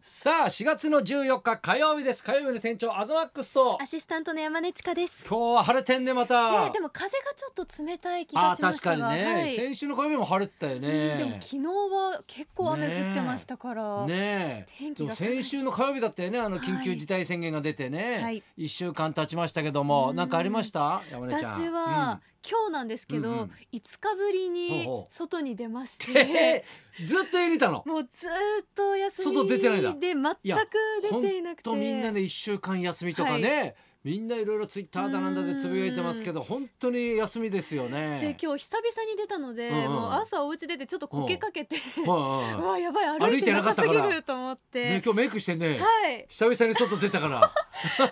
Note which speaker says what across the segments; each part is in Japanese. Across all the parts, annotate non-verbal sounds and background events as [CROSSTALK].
Speaker 1: さあ4月の14日火曜日です火曜日の店長アズマックスと
Speaker 2: アシスタントの山根千佳です。
Speaker 1: 今日は晴れてんねまた、
Speaker 2: ね、でも風がちょっと冷たい気が
Speaker 1: あ
Speaker 2: しま
Speaker 1: 確
Speaker 2: した
Speaker 1: か
Speaker 2: が
Speaker 1: にね、
Speaker 2: はい
Speaker 1: 先週の火曜日も晴れてたよ
Speaker 2: うんでも
Speaker 1: ね
Speaker 2: 昨日は結構雨降ってましたか
Speaker 1: ね
Speaker 2: ら、
Speaker 1: え
Speaker 2: 天
Speaker 1: で
Speaker 2: 気
Speaker 1: も
Speaker 2: が不安
Speaker 1: 先週の火曜日だったよねあの
Speaker 2: はい
Speaker 1: 緊急事態宣言が出てね、
Speaker 2: はい
Speaker 1: 一週間経ちましたけども
Speaker 2: うん
Speaker 1: なんかありました山根ちゃん
Speaker 2: 私は、、今日なんですけど、
Speaker 1: うんうん
Speaker 2: 5日ぶり
Speaker 1: ほうほ
Speaker 2: に
Speaker 1: う
Speaker 2: 外に出まし
Speaker 1: うんえ
Speaker 2: て、
Speaker 1: ずっと家にいたの
Speaker 2: もうずーっと休み
Speaker 1: 外出てないんだ
Speaker 2: で全く
Speaker 1: いや
Speaker 2: 出
Speaker 1: ほ
Speaker 2: ていなんくて
Speaker 1: とみんなね一週間休みとかね、みんないろいろツイッターだなんだでつぶやいてますけど本当に休みですよね
Speaker 2: で今日久々に出たので、
Speaker 1: うんうん
Speaker 2: もう朝お家出てちょっとこけかけて、
Speaker 1: はい
Speaker 2: [LAUGHS]
Speaker 1: はいはいう
Speaker 2: わやばい歩いてなさすぎると思って
Speaker 1: ね、今日メイクしてね、
Speaker 2: はい
Speaker 1: 久々に外出たから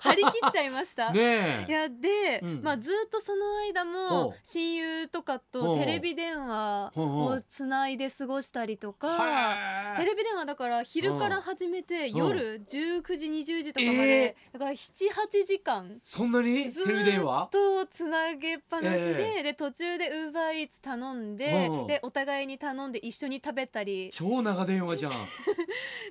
Speaker 2: 張り切っちゃいま [LAUGHS] した。
Speaker 1: ね
Speaker 2: いやで、
Speaker 1: うん
Speaker 2: まあずっとその間
Speaker 1: ほう
Speaker 2: も親友とか
Speaker 1: ほう
Speaker 2: と
Speaker 1: ほう
Speaker 2: テレビ電話
Speaker 1: ほうほ
Speaker 2: を
Speaker 1: う
Speaker 2: つないで過ごしたりとか。
Speaker 1: は
Speaker 2: テ
Speaker 1: い
Speaker 2: レビ電話だから昼から始めて
Speaker 1: うん
Speaker 2: 夜19時20時とかま
Speaker 1: え
Speaker 2: でだから78時間
Speaker 1: そんなに
Speaker 2: ず
Speaker 1: テレビ電
Speaker 2: ー
Speaker 1: 話
Speaker 2: っとつなげっぱなし
Speaker 1: え
Speaker 2: でで途中でウーバーイーツ頼んで
Speaker 1: うん
Speaker 2: でお互いに頼んで一緒に食べたり
Speaker 1: 超長電話じゃん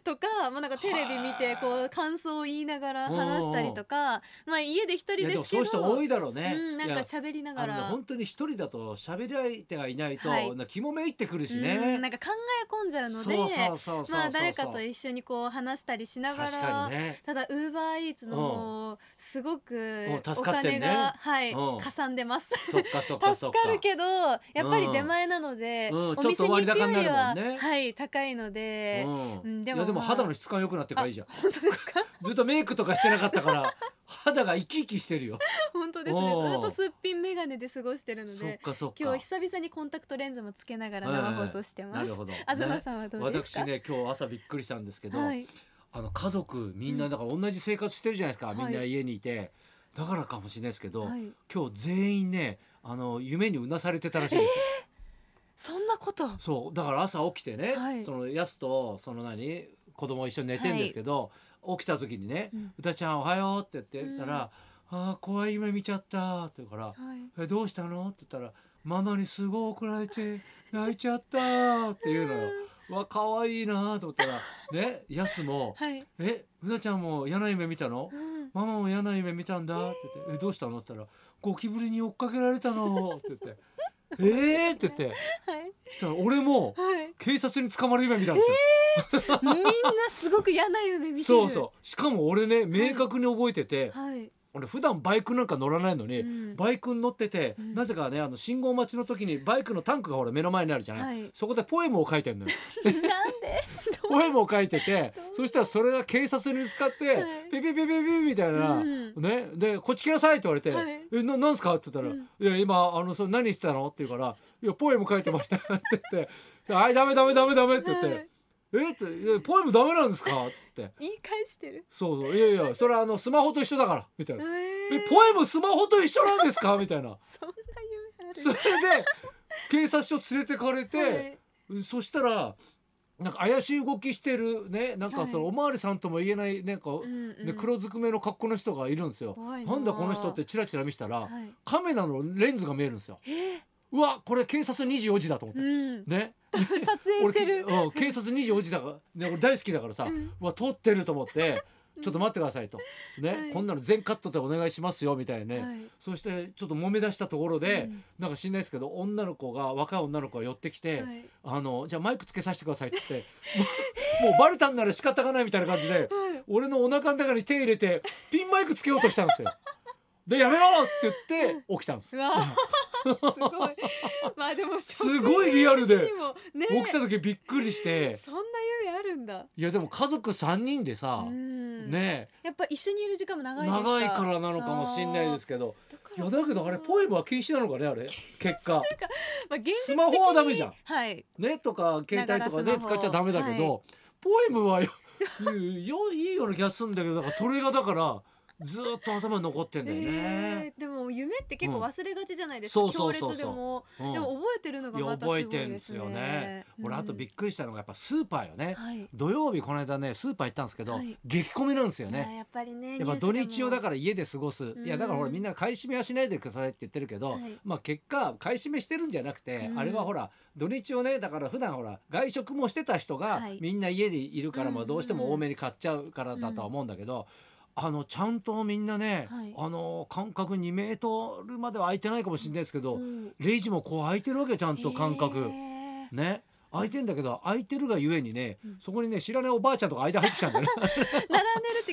Speaker 2: とか、まあ、なんかテレビ見てこう感想を言いながら話したりとか、まあ、家で一人
Speaker 1: いや
Speaker 2: です
Speaker 1: でもそ
Speaker 2: けど
Speaker 1: ういう人多いだろうね、
Speaker 2: うん、なんか
Speaker 1: いや
Speaker 2: 喋りな
Speaker 1: あ
Speaker 2: が
Speaker 1: のね
Speaker 2: ら、
Speaker 1: 本当に一人だと喋り相手がいないと、
Speaker 2: はい
Speaker 1: なんか気もめいってくるし
Speaker 2: う
Speaker 1: ね
Speaker 2: ん、なんか考え込んじゃうので
Speaker 1: そうそうそうそうそう
Speaker 2: まあ誰かと一緒にこう話したりしなが、
Speaker 1: 確からにね
Speaker 2: ただウーバーイーツのもうすごく
Speaker 1: うん
Speaker 2: お
Speaker 1: 助かって
Speaker 2: 金
Speaker 1: んね
Speaker 2: が、はい、
Speaker 1: うん
Speaker 2: かさんでます。
Speaker 1: そっかそっかそ
Speaker 2: 助
Speaker 1: っ
Speaker 2: かる
Speaker 1: か
Speaker 2: けどやっぱり出前なので、
Speaker 1: うんうん
Speaker 2: お
Speaker 1: ちょっと
Speaker 2: 店に行くより
Speaker 1: 割高になるも
Speaker 2: は、
Speaker 1: んね
Speaker 2: はい高いので、
Speaker 1: う
Speaker 2: うん
Speaker 1: ん、
Speaker 2: でも
Speaker 1: いやでも
Speaker 2: まあ
Speaker 1: 肌の質感良くなってるからいいじゃん
Speaker 2: 本当ですか [LAUGHS]
Speaker 1: ずっとメイクとかしてなかったから肌が生き生きしてるよ
Speaker 2: 本当ですね
Speaker 1: うん
Speaker 2: ずっとすっぴん眼鏡で過ごしてるの
Speaker 1: そっ
Speaker 2: で
Speaker 1: かそっか
Speaker 2: 今日久々にコンタクトレンズもつけながら生放送してます、
Speaker 1: なるほど
Speaker 2: 東さんはどうですか、
Speaker 1: 私ね今日朝びっくりしたんですけど、
Speaker 2: はい、
Speaker 1: あの家族みんなだから同じ生活してるじゃないですか、
Speaker 2: はい
Speaker 1: みんな家にいてだからかもしれないですけど、
Speaker 2: はい、
Speaker 1: 今日全員ねあの夢にうなされてたらしいんですよ、
Speaker 2: そんなこと
Speaker 1: そうだから朝起きてね、
Speaker 2: はい
Speaker 1: そのやすとその何子供一緒に寝てんですけど、起きた時にね
Speaker 2: うん
Speaker 1: 「うた、ちゃんおはよう」って言って言ったら「ああ怖い夢見ちゃった」って言うから
Speaker 2: はい
Speaker 1: 「えどうしたの?」って言ったら「ママにすごい怒られて泣いちゃった」って言うのよ。
Speaker 2: [LAUGHS]
Speaker 1: わ可愛いなと思ったらねやすも
Speaker 2: はい。
Speaker 1: 「えうなちゃんも嫌な夢見たの
Speaker 2: うん
Speaker 1: ママも嫌な夢見たんだ」って言って「えどうしたの?」って言ったら「ゴキブリに追っかけられたの」って言って「えー!」って言って
Speaker 2: はい。
Speaker 1: そしたら俺も
Speaker 2: はい。
Speaker 1: 警察に捕まる夢見たんですよ。
Speaker 2: [LAUGHS] みんなすごく嫌な夢見てる。
Speaker 1: そうそうしかも俺ね明確に覚えてて、
Speaker 2: はい。
Speaker 1: 俺普段バイクなんか乗らないのに、
Speaker 2: うん
Speaker 1: バイクに乗ってて、
Speaker 2: うん
Speaker 1: なぜかねあの信号待ちの時にバイクのタンクがほら目の前にあるじゃない、
Speaker 2: はい
Speaker 1: そこでポエムを書いてるのよ [LAUGHS]
Speaker 2: [LAUGHS] なんで。
Speaker 1: ポエムを書いててそしたらそれが警察に見つかって、
Speaker 2: はい
Speaker 1: ピピピピピみたいな、
Speaker 2: うん
Speaker 1: ねで「こっち来なさい」って言われて「
Speaker 2: はい
Speaker 1: えななんすか?」って言ったら「
Speaker 2: うん
Speaker 1: いや今あのそれ何してたの?」って言うから「いやポエム書いてました」って言って「はいダメダメダメダメ」って言って「
Speaker 2: はい
Speaker 1: えっ?」ていや「ポエムダメなんですか?」って言って。
Speaker 2: 言い返してる。
Speaker 1: そうそういやいやそれはあのスマホと一緒だからみたい
Speaker 2: え
Speaker 1: な
Speaker 2: ー、
Speaker 1: 「えポエムスマホと一緒なんですか?」みたいな
Speaker 2: そんな夢ある。
Speaker 1: それで警察署連れてかれて、
Speaker 2: はい
Speaker 1: そしたらなんか怪しい動きしてるねなんかその
Speaker 2: はい
Speaker 1: おまわりさんとも言えないなんか、
Speaker 2: うんうん
Speaker 1: ね、黒ずくめの格好の人がいるんですよ。
Speaker 2: 怖いな
Speaker 1: なんだこの人ってチラチラ見したら、
Speaker 2: はい。
Speaker 1: カメラのレンズが見えるんですよ。うわこれ警察24時だと思って、 [LAUGHS]
Speaker 2: うん。
Speaker 1: ね
Speaker 2: 撮影し
Speaker 1: 俺
Speaker 2: て
Speaker 1: き
Speaker 2: る。
Speaker 1: うん、警察24時だから、ね、俺大好きだからさ、う
Speaker 2: うん
Speaker 1: わ撮ってると思って「ちょっと待ってくださいと」ね、
Speaker 2: はい
Speaker 1: こんなの全カットでお願いしますよ」みたいなね、
Speaker 2: はい
Speaker 1: そしてちょっと揉め出したところで、
Speaker 2: うん
Speaker 1: なんか知んないですけど女の子が若い女の子が寄ってきて「
Speaker 2: はい
Speaker 1: あのじゃあマイクつけさせてください」って言って [LAUGHS] もうもうバレたんなら仕方がないみたいな感じで
Speaker 2: はい
Speaker 1: 俺のお腹の中に手入れてピンマイクつけようとしたんですよ。で「やめろ!」って言って起きたんです。
Speaker 2: うわ。
Speaker 1: [LAUGHS]
Speaker 2: すごい。まあでも。
Speaker 1: すごいリアルで
Speaker 2: にもね。
Speaker 1: 起きた時びっくりして
Speaker 2: そんな夢あるんだ。
Speaker 1: いやでも家族3人でさ、
Speaker 2: うん。。
Speaker 1: ね
Speaker 2: やっぱ一緒にいる時間も長いですか。
Speaker 1: 長いからなのかもしれないですけど
Speaker 2: だか
Speaker 1: い
Speaker 2: ら
Speaker 1: やだけどあれポエムは禁止なのかねあ
Speaker 2: [LAUGHS]
Speaker 1: れ結果
Speaker 2: まあ、現実的に
Speaker 1: スマホはダメじゃん
Speaker 2: はい
Speaker 1: ねとか携帯とかね
Speaker 2: ながらスマホ
Speaker 1: 使っちゃダメだけど、ポエムはよよいいような気がするんだけどだからそれがだからずーっと頭に残ってんだよね。
Speaker 2: えーでも夢って結構忘れがちじゃないです
Speaker 1: う
Speaker 2: か
Speaker 1: んそ
Speaker 2: 強
Speaker 1: うそうそうそう
Speaker 2: 烈でも
Speaker 1: うん
Speaker 2: でも覚えてるのが
Speaker 1: いや
Speaker 2: またすご
Speaker 1: 覚え
Speaker 2: い
Speaker 1: てん
Speaker 2: で
Speaker 1: ですす
Speaker 2: ね
Speaker 1: よね。俺あとび
Speaker 2: っ
Speaker 1: っくりしたのがやっぱスーパーよね。
Speaker 2: はい
Speaker 1: 土曜日この間ねスーパー行ったんですけど、
Speaker 2: はい
Speaker 1: 激混みなんですよ
Speaker 2: あー
Speaker 1: ね。
Speaker 2: やっぱりね
Speaker 1: やっぱ土日をだ
Speaker 2: ら
Speaker 1: から家で過ごす、
Speaker 2: ん
Speaker 1: いやだからほらみんな買い占めはしないでくださいって言ってるけど、
Speaker 2: はい
Speaker 1: まあ結果買い占めしてるんじゃなくて、
Speaker 2: うん
Speaker 1: あれはほら土日をねだから普段ほら外食もしてた人が
Speaker 2: はい
Speaker 1: みんな家でいるから、
Speaker 2: うん
Speaker 1: まあどうしても多めに買っちゃうからだとは思うんだけど、あのちゃんとみんなね、
Speaker 2: はい
Speaker 1: あの間隔2メートルまでは空いてないかもしれないですけど、
Speaker 2: うん
Speaker 1: レジもこう空いてるわけよちゃんと間隔。
Speaker 2: へー
Speaker 1: ね空いてんだけど空いてるがゆえにね、
Speaker 2: うん
Speaker 1: そこにね知らないおばあちゃんとか間入ってきちゃうんだよね
Speaker 2: 並んでる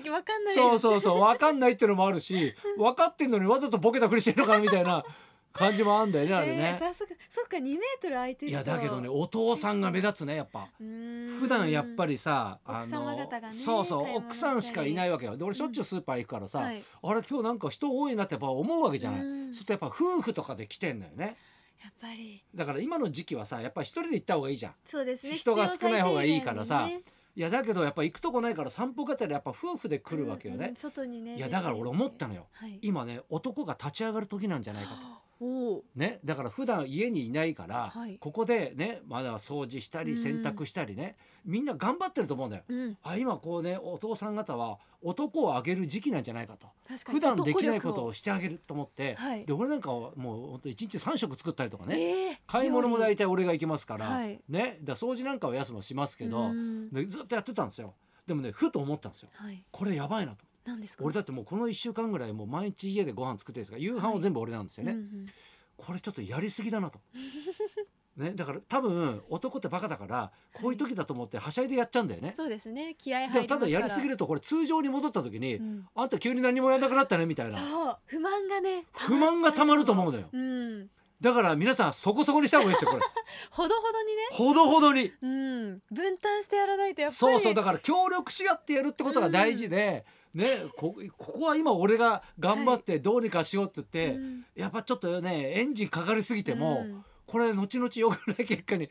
Speaker 2: 時わかんない
Speaker 1: そうそうそう分かんないってのもある
Speaker 2: [LAUGHS]
Speaker 1: し分かってんのにわざとボケたふりしてるのかなみたいな感じもあんだよねあれ
Speaker 2: えー
Speaker 1: ね、
Speaker 2: さすがそっか2メートル空いてる
Speaker 1: い
Speaker 2: と
Speaker 1: やだけどねお父さんが目立つねやっぱ。
Speaker 2: 普
Speaker 1: 普段やっぱ
Speaker 2: り
Speaker 1: りさ、
Speaker 2: うん奥様方がね
Speaker 1: そうそう
Speaker 2: 買い物行ったり
Speaker 1: 奥さんしかいないわけよで俺しょっちゅうスーパー行くからさ、
Speaker 2: はい
Speaker 1: あれ今日なんか人多いなってやっぱ思うわけじゃない、
Speaker 2: うん
Speaker 1: それとやっぱ夫婦とかで来てんのよね
Speaker 2: やっぱり
Speaker 1: だから今の時期はさやっぱり一人で行った方がいいじゃん
Speaker 2: そうですね
Speaker 1: 人が
Speaker 2: 必要
Speaker 1: 少ない方がいい
Speaker 2: 最低限にね
Speaker 1: からさいやだけどやっぱ行くとこないから散歩がてらやっぱ夫婦で来るわけよ
Speaker 2: うんう
Speaker 1: ね
Speaker 2: ん、外にね
Speaker 1: いやだから俺思ったのよ
Speaker 2: はい
Speaker 1: 今ね男が立ち上がる時なんじゃないかと。
Speaker 2: おー
Speaker 1: ね、だから普段家にいないから、
Speaker 2: はい
Speaker 1: ここでねまだ掃除した
Speaker 2: う
Speaker 1: り
Speaker 2: ん
Speaker 1: 洗濯したりね、みんな頑張ってると思うんだよ。
Speaker 2: うん
Speaker 1: あ今こうねお父さん方は男をあげる時期なんじゃないかと
Speaker 2: 確かに
Speaker 1: 普段できないこと
Speaker 2: 男力
Speaker 1: をしてあげると思って、
Speaker 2: はい
Speaker 1: で俺なんかはもうほんと1日3食作ったりとかね、
Speaker 2: えー
Speaker 1: 買い物も大
Speaker 2: 料
Speaker 1: 体俺が行きますから,、
Speaker 2: はい
Speaker 1: ね、だから掃除なんかは安もします
Speaker 2: 理
Speaker 1: けど、
Speaker 2: うん
Speaker 1: でずっとやってたんですよでもねふと思ったんですよ
Speaker 2: はい
Speaker 1: これやばいなと
Speaker 2: 何ですか
Speaker 1: 俺だってもうこの1週間ぐらいもう毎日家でご飯作ってるんですから夕飯は全部俺なんですよね、
Speaker 2: うんうん
Speaker 1: これちょっとやりすぎだなと [LAUGHS] ねだから多分男ってバカだからこういう時だと思ってはしゃいでやっちゃうんだよね、
Speaker 2: そうですね気合入り
Speaker 1: で
Speaker 2: ま
Speaker 1: も
Speaker 2: すか
Speaker 1: た
Speaker 2: ら
Speaker 1: だやりすぎるとこれ通常に戻った時に、
Speaker 2: うん
Speaker 1: あんた急に何もやんなくなったねみたいな
Speaker 2: そう不満がね
Speaker 1: 不満がたまると思うのよ
Speaker 2: うん
Speaker 1: だから皆さんそこそこにした方がいいですよこ
Speaker 2: [LAUGHS]
Speaker 1: れ
Speaker 2: ほどほどにね
Speaker 1: ほどほどに
Speaker 2: うん分担してやらないとやっぱり
Speaker 1: そうそうだから協力し合ってやるってことが大事で、ねこここは今俺が頑張ってどうにかしようって言って、
Speaker 2: うん
Speaker 1: やっぱちょっとねエンジンかかりすぎても、
Speaker 2: うん
Speaker 1: これ後々良くない結果に、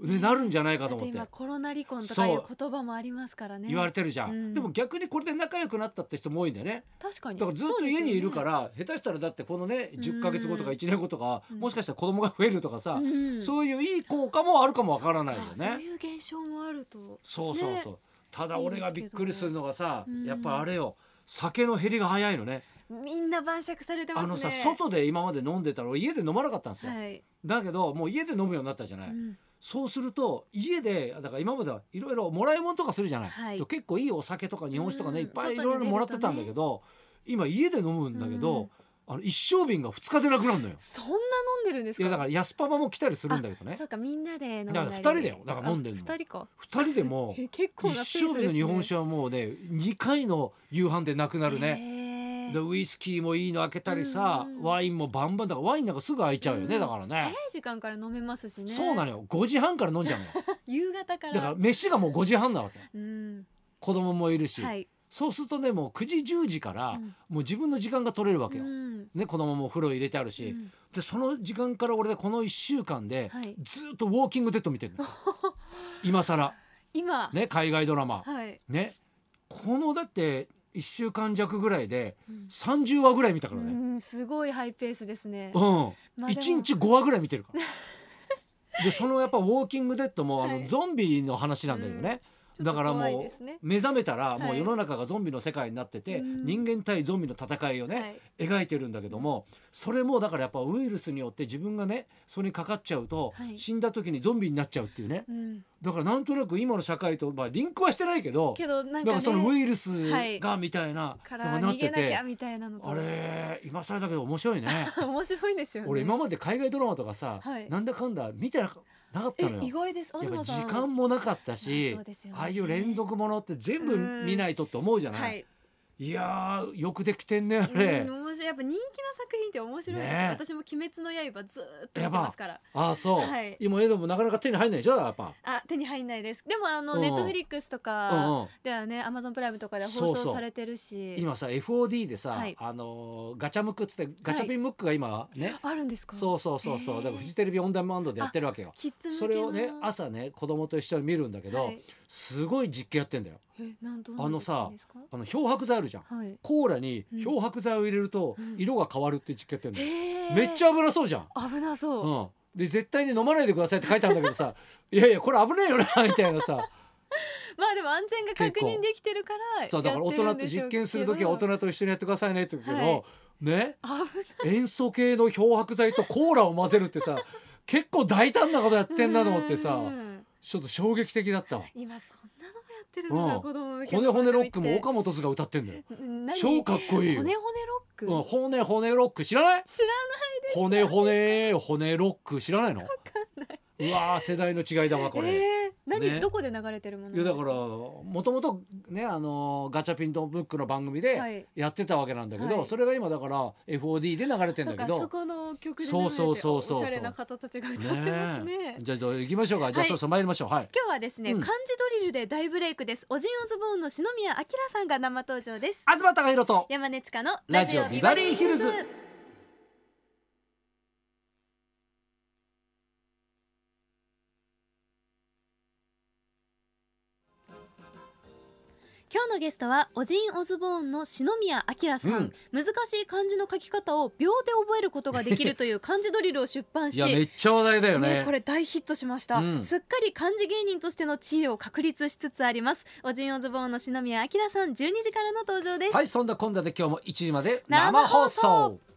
Speaker 1: ね、なるんじゃないかと
Speaker 2: だって
Speaker 1: 思って
Speaker 2: 今コロナ離婚とかい
Speaker 1: そう
Speaker 2: う言葉もありますからね
Speaker 1: 言われてるじゃん、
Speaker 2: うん
Speaker 1: でも逆にこれで仲良くなったって人も多いんだよね
Speaker 2: 確かに
Speaker 1: だからずっと家にいるか
Speaker 2: そ
Speaker 1: ら、下手したらだってこのね10ヶ月後とか
Speaker 2: うん
Speaker 1: 1年後とか、
Speaker 2: うん
Speaker 1: もしかしたら子供が増えるとかさ
Speaker 2: う、ですよねうん
Speaker 1: そういういい効果もあるかもわからないよ
Speaker 2: あそう
Speaker 1: ね。
Speaker 2: いう現象もあると
Speaker 1: そうそうそう、
Speaker 2: ね
Speaker 1: ただ俺がびっくりするのがさ
Speaker 2: いいですけどね
Speaker 1: やっぱあれよ酒の減りが早いのね
Speaker 2: みんな晩酌されてます
Speaker 1: あ
Speaker 2: ね
Speaker 1: のさ外で今まで飲んでたら俺家で飲まなかったんですよ、
Speaker 2: はい、
Speaker 1: だけどもう家で飲むようになったじゃない、
Speaker 2: うん
Speaker 1: そうすると家でだから今まではいろいろもらい物とかするじゃない、
Speaker 2: はい
Speaker 1: 結構いいお酒とか日本酒とかね、
Speaker 2: うん
Speaker 1: いっぱいい
Speaker 2: 外に出
Speaker 1: ろい
Speaker 2: ると
Speaker 1: ろ
Speaker 2: ね
Speaker 1: もらってたんだけど、今家で飲むんだけど、あの一升瓶が2日でなくなるのよ。
Speaker 2: そんな飲んでるんです
Speaker 1: い
Speaker 2: か
Speaker 1: やだから安パパも来たりするんだけど
Speaker 2: あ
Speaker 1: ね
Speaker 2: そうかみんなで飲ん
Speaker 1: だ
Speaker 2: だ
Speaker 1: から
Speaker 2: り
Speaker 1: 二人だよだから飲んでるの
Speaker 2: あ二人か
Speaker 1: 2人でも
Speaker 2: え結構
Speaker 1: 一
Speaker 2: なペースです、ね、
Speaker 1: 升瓶の日本酒はもうね2回の夕飯でなくなるね。
Speaker 2: ね
Speaker 1: でウイスキーもいいの開けたりさ、
Speaker 2: うんうん
Speaker 1: ワインもバンバンだからワインなんかすぐ開いちゃうよね、
Speaker 2: うん
Speaker 1: だから
Speaker 2: 早い
Speaker 1: ね。
Speaker 2: 時間から飲めますしね
Speaker 1: そうなのよ5時半から飲んじゃうのよ
Speaker 2: 夕方から
Speaker 1: だから飯がもう5時半なわけ
Speaker 2: うん
Speaker 1: 子供もいるし、
Speaker 2: はい、
Speaker 1: そうするとねもう9時10時から、
Speaker 2: うん
Speaker 1: もう自分の時間が取れるわけ
Speaker 2: う
Speaker 1: よ。
Speaker 2: ん
Speaker 1: ね、子供もお風呂入れてあるし、
Speaker 2: うん
Speaker 1: でその時間から俺この1週間で、
Speaker 2: はい
Speaker 1: ずっとウォーキングデッド見てる
Speaker 2: [LAUGHS]
Speaker 1: のよ今更
Speaker 2: 今、
Speaker 1: ね海外ドラマ、
Speaker 2: はい、
Speaker 1: ねこのだって1週間弱ぐらいで
Speaker 2: うん
Speaker 1: 30話ぐらい見たか
Speaker 2: う
Speaker 1: らね、
Speaker 2: んすごいハイペースですね
Speaker 1: うん
Speaker 2: まあでも
Speaker 1: 1日5話ぐらい見てるから [LAUGHS] でそのやっぱウォーキングデッドもあの、
Speaker 2: はい
Speaker 1: ゾンビの話なんだよね、
Speaker 2: うん
Speaker 1: だから
Speaker 2: ちょっと怖
Speaker 1: も、
Speaker 2: いうですね
Speaker 1: 目覚めたらも
Speaker 2: は
Speaker 1: う
Speaker 2: い
Speaker 1: 世の中がゾンビの世界になってて、
Speaker 2: うん
Speaker 1: 人間対ゾンビの戦いをね、
Speaker 2: はい
Speaker 1: 描いてるんだけどもそれもだからやっぱウイルスによって自分がねそれにかかっちゃうと、
Speaker 2: はい
Speaker 1: 死んだ時にゾンビになっちゃうっていうね
Speaker 2: うん、
Speaker 1: だからなんとなく今の社会と、まあ、リンクはしてないけど
Speaker 2: けどなん
Speaker 1: だ
Speaker 2: か,、
Speaker 1: か
Speaker 2: ね、
Speaker 1: らそのウイルス
Speaker 2: はい
Speaker 1: がみたいな
Speaker 2: か
Speaker 1: のが
Speaker 2: ら
Speaker 1: なっ
Speaker 2: 逃げ
Speaker 1: て
Speaker 2: なき
Speaker 1: て、
Speaker 2: ゃみたいなのと
Speaker 1: あれ今更だけど面白いね。
Speaker 2: [LAUGHS] 面白いですよね
Speaker 1: 俺今まで海外ドラマとかさ、
Speaker 2: はい
Speaker 1: なんだかんだ見てなかなかったの
Speaker 2: え意
Speaker 1: よ。
Speaker 2: 外です
Speaker 1: やっぱ
Speaker 2: 東
Speaker 1: 時
Speaker 2: さ
Speaker 1: 間
Speaker 2: ん
Speaker 1: もなかったし、
Speaker 2: そうですよね
Speaker 1: ああいう連続ものって全部見ないとって思うじゃない。
Speaker 2: はい、
Speaker 1: いやーよくできてんねあれ。
Speaker 2: うん、面白いやっぱ人気の作品って面白いです、
Speaker 1: ねえ
Speaker 2: 私も「鬼滅の刃」ずーっと見てますから
Speaker 1: ああそう、
Speaker 2: はい
Speaker 1: 今絵でもなかなか手に入んないでしょやっぱ。
Speaker 2: あ手に入んないですでもあの
Speaker 1: うん
Speaker 2: ネットフリックスと
Speaker 1: うんう
Speaker 2: か
Speaker 1: ん
Speaker 2: ではねアマゾンプライムとかで
Speaker 1: そ
Speaker 2: 放
Speaker 1: うそう
Speaker 2: 送されてるし
Speaker 1: 今さ FOD でさ、
Speaker 2: はい
Speaker 1: あのーガチャムックっつってガチャピンムックが今ね、
Speaker 2: あるんですか
Speaker 1: そうそうそうそう、
Speaker 2: へー
Speaker 1: だからフジテレビオンダマンドでやってるわけよ。
Speaker 2: キッズ向
Speaker 1: そ
Speaker 2: けの
Speaker 1: れをね朝ね子供と一緒に見るんだけど、
Speaker 2: はい
Speaker 1: すごい実験やってんだよ
Speaker 2: えなんどん
Speaker 1: あ
Speaker 2: な
Speaker 1: の
Speaker 2: 実験
Speaker 1: さ
Speaker 2: ですか
Speaker 1: あの漂白剤あるじゃん
Speaker 2: はい
Speaker 1: コーラに
Speaker 2: うん
Speaker 1: 漂白剤を入れると
Speaker 2: うん
Speaker 1: 色が変わるって実験やってんだよ、
Speaker 2: えー、
Speaker 1: めっちゃ危なそうじゃん、
Speaker 2: 危なそう、
Speaker 1: うん、で絶対に飲まないでくださいって書いてあるんだけどさ [LAUGHS] いやいやこれ危ない [LAUGHS] よなみたいなさ
Speaker 2: まあでも安全が確認できてるから
Speaker 1: そうだから大人って実験する時は大
Speaker 2: 危な
Speaker 1: 人と一緒にやってくださいねって言うけど、
Speaker 2: はい
Speaker 1: ね
Speaker 2: い
Speaker 1: 塩素系の漂白剤とコーラを混ぜるってさ
Speaker 2: [LAUGHS]
Speaker 1: 結構大胆なことやってんなと思ってさ
Speaker 2: うん
Speaker 1: ちょっと衝撃的だったわ
Speaker 2: 今そんなのもやってるのが、
Speaker 1: うん
Speaker 2: 子供向けの
Speaker 1: 骨骨ロックも
Speaker 2: 番
Speaker 1: 岡本図が歌ってんだよ
Speaker 2: 組って何
Speaker 1: 超かっこいいよ
Speaker 2: 骨骨ロック、
Speaker 1: うん、骨骨ロック知らない
Speaker 2: 知ら
Speaker 1: 骨骨骨ロック知らないのうわー世代の違いだわこれ、
Speaker 2: えー、何、
Speaker 1: ね
Speaker 2: どこで流れてるもの
Speaker 1: いやだからもともとねあのガチャピンとブックの番組
Speaker 2: は
Speaker 1: で
Speaker 2: い
Speaker 1: やってたわけなんだけど、
Speaker 2: はい
Speaker 1: それが今だから FOD で流れてんだ
Speaker 2: そ
Speaker 1: け
Speaker 2: うか
Speaker 1: ど
Speaker 2: そこの曲で流れ
Speaker 1: そう
Speaker 2: て
Speaker 1: そうそうそう
Speaker 2: おしゃれな方たちが歌ってますね
Speaker 1: ねえじゃあどう行きましょうかじゃあ
Speaker 2: はい
Speaker 1: そろそろ参りましょうはい
Speaker 2: 今日はですね、
Speaker 1: うん
Speaker 2: 漢字ドリルで大ブレイクですオジンオズボーンの篠宮明さんが生登場です
Speaker 1: 東貴博と
Speaker 2: 山根千佳の
Speaker 1: ラジオビバリーヒルズ
Speaker 2: 今日のゲストはオジンオズボーンの篠宮明さん、
Speaker 1: うん
Speaker 2: 難しい漢字の書き方を秒で覚えることができるという漢字ドリルを出版
Speaker 1: い
Speaker 2: し
Speaker 1: やめっちゃ話題だよね
Speaker 2: ね、これ大ヒットしました、
Speaker 1: うん
Speaker 2: すっかり漢字芸人としての地位を確立しつつありますおじんおズボンの篠宮明さん12時からの登場です、
Speaker 1: はいそんなこんなで今日も1時まで
Speaker 2: 生
Speaker 1: 生
Speaker 2: 放
Speaker 1: 放
Speaker 2: 送
Speaker 1: 送